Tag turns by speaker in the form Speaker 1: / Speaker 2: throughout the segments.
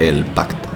Speaker 1: El Pacto.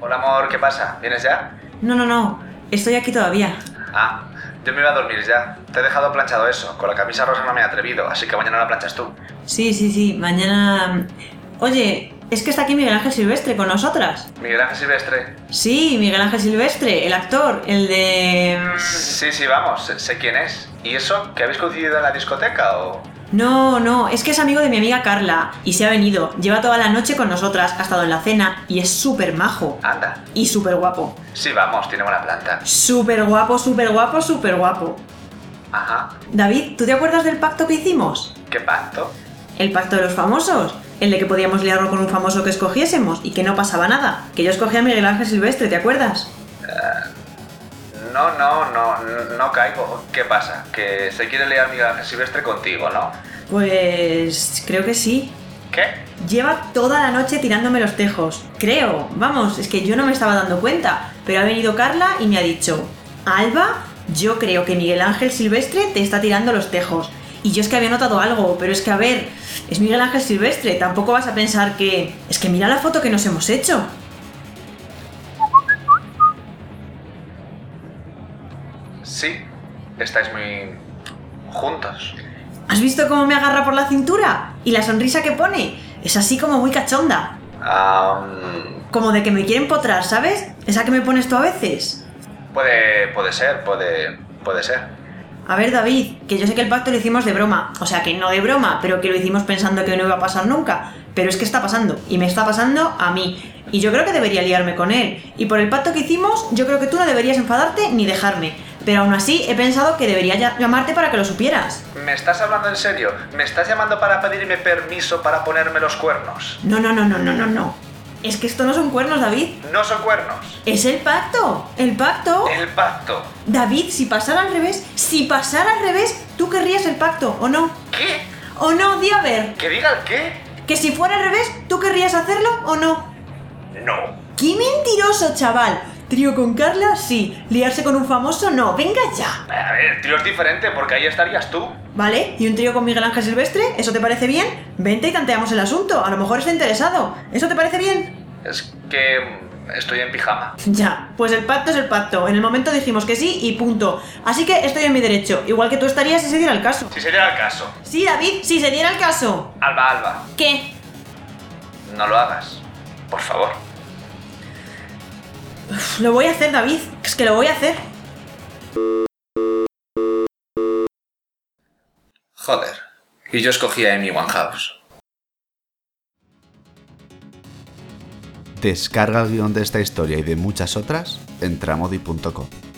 Speaker 2: Hola amor, ¿qué pasa? ¿Vienes ya?
Speaker 3: No, no, no. Estoy aquí todavía.
Speaker 2: Ah, yo me iba a dormir ya. Te he dejado planchado eso. Con la camisa rosa no me he atrevido, así que mañana la planchas tú.
Speaker 3: Sí, sí, sí. Mañana... mm, Oye, es que está aquí Miguel Ángel Silvestre con nosotras.
Speaker 2: Miguel Ángel Silvestre.
Speaker 3: Sí, Miguel Ángel Silvestre, el actor, el de... mm,
Speaker 2: Sí, sí, vamos, sé- sé quién es. ¿Y eso? ¿Que habéis coincidido en la discoteca o...?
Speaker 3: No, no, es que es amigo de mi amiga Carla y se ha venido. Lleva toda la noche con nosotras, ha estado en la cena y es súper majo.
Speaker 2: Anda.
Speaker 3: Y súper guapo.
Speaker 2: Sí, vamos, tiene buena planta.
Speaker 3: Súper guapo, súper guapo, súper guapo.
Speaker 2: Ajá.
Speaker 3: David, ¿tú te acuerdas del pacto que hicimos?
Speaker 2: ¿Qué pacto?
Speaker 3: El pacto de los famosos. El de que podíamos liarlo con un famoso que escogiésemos y que no pasaba nada. Que yo escogí a Miguel Ángel Silvestre, ¿te acuerdas?
Speaker 2: No, no, no, no, no caigo. ¿Qué pasa? Que se quiere liar Miguel Ángel Silvestre contigo, ¿no?
Speaker 3: Pues creo que sí.
Speaker 2: ¿Qué?
Speaker 3: Lleva toda la noche tirándome los tejos. Creo, vamos, es que yo no me estaba dando cuenta. Pero ha venido Carla y me ha dicho, Alba, yo creo que Miguel Ángel Silvestre te está tirando los tejos. Y yo es que había notado algo, pero es que a ver, es Miguel Ángel Silvestre, tampoco vas a pensar que... Es que mira la foto que nos hemos hecho.
Speaker 2: Sí, estáis muy... juntos.
Speaker 3: ¿Has visto cómo me agarra por la cintura? Y la sonrisa que pone. Es así como muy cachonda.
Speaker 2: Ah... mm,
Speaker 3: Como de que me quieren potrar, ¿sabes? Esa que me pones tú a veces.
Speaker 2: Puede, puede ser, puede, puede ser.
Speaker 3: A ver, David, que yo sé que el pacto lo hicimos de broma, o sea, que no de broma, pero que lo hicimos pensando que no iba a pasar nunca. Pero es que está pasando, y me está pasando a mí. Y yo creo que debería liarme con él. Y por el pacto que hicimos, yo creo que tú no deberías enfadarte ni dejarme. Pero aún así, he pensado que debería ya- llamarte para que lo supieras.
Speaker 2: ¿Me estás hablando en serio? ¿Me estás llamando para pedirme permiso para ponerme los cuernos?
Speaker 3: No, no, no, no, no, no, no. Es que esto no son cuernos, David.
Speaker 2: No son cuernos.
Speaker 3: Es el pacto. El pacto.
Speaker 2: El pacto.
Speaker 3: David, si pasara al revés, si pasara al revés, tú querrías el pacto, ¿o no?
Speaker 2: ¿Qué?
Speaker 3: ¿O no, di a ver?
Speaker 2: ¿Que diga el qué?
Speaker 3: Que si fuera al revés, ¿tú querrías hacerlo o no?
Speaker 2: No.
Speaker 3: ¡Qué mentiroso, chaval! Trío con Carla, sí. Liarse con un famoso, no. Venga ya.
Speaker 2: A ver, tío, es diferente porque ahí estarías tú.
Speaker 3: ¿Vale? ¿Y un trío con Miguel Ángel Silvestre? ¿Eso te parece bien? Vente y tanteamos el asunto. A lo mejor está interesado. ¿Eso te parece bien?
Speaker 2: Es que mm, estoy en pijama.
Speaker 3: Ya, pues el pacto es el pacto. En el momento dijimos que sí y punto. Así que estoy en mi derecho, igual que tú estarías si se diera el caso.
Speaker 2: Si se diera el caso.
Speaker 3: Sí, David, si se diera el caso.
Speaker 2: Alba, Alba,
Speaker 3: ¿Qué?
Speaker 2: no lo hagas. Por favor.
Speaker 3: Uf, Lo voy a hacer, David. Es que lo voy a hacer.
Speaker 2: Joder. Y yo escogí a Amy Winehouse.
Speaker 1: Descarga el guión de esta historia y de muchas otras en tramodi.com.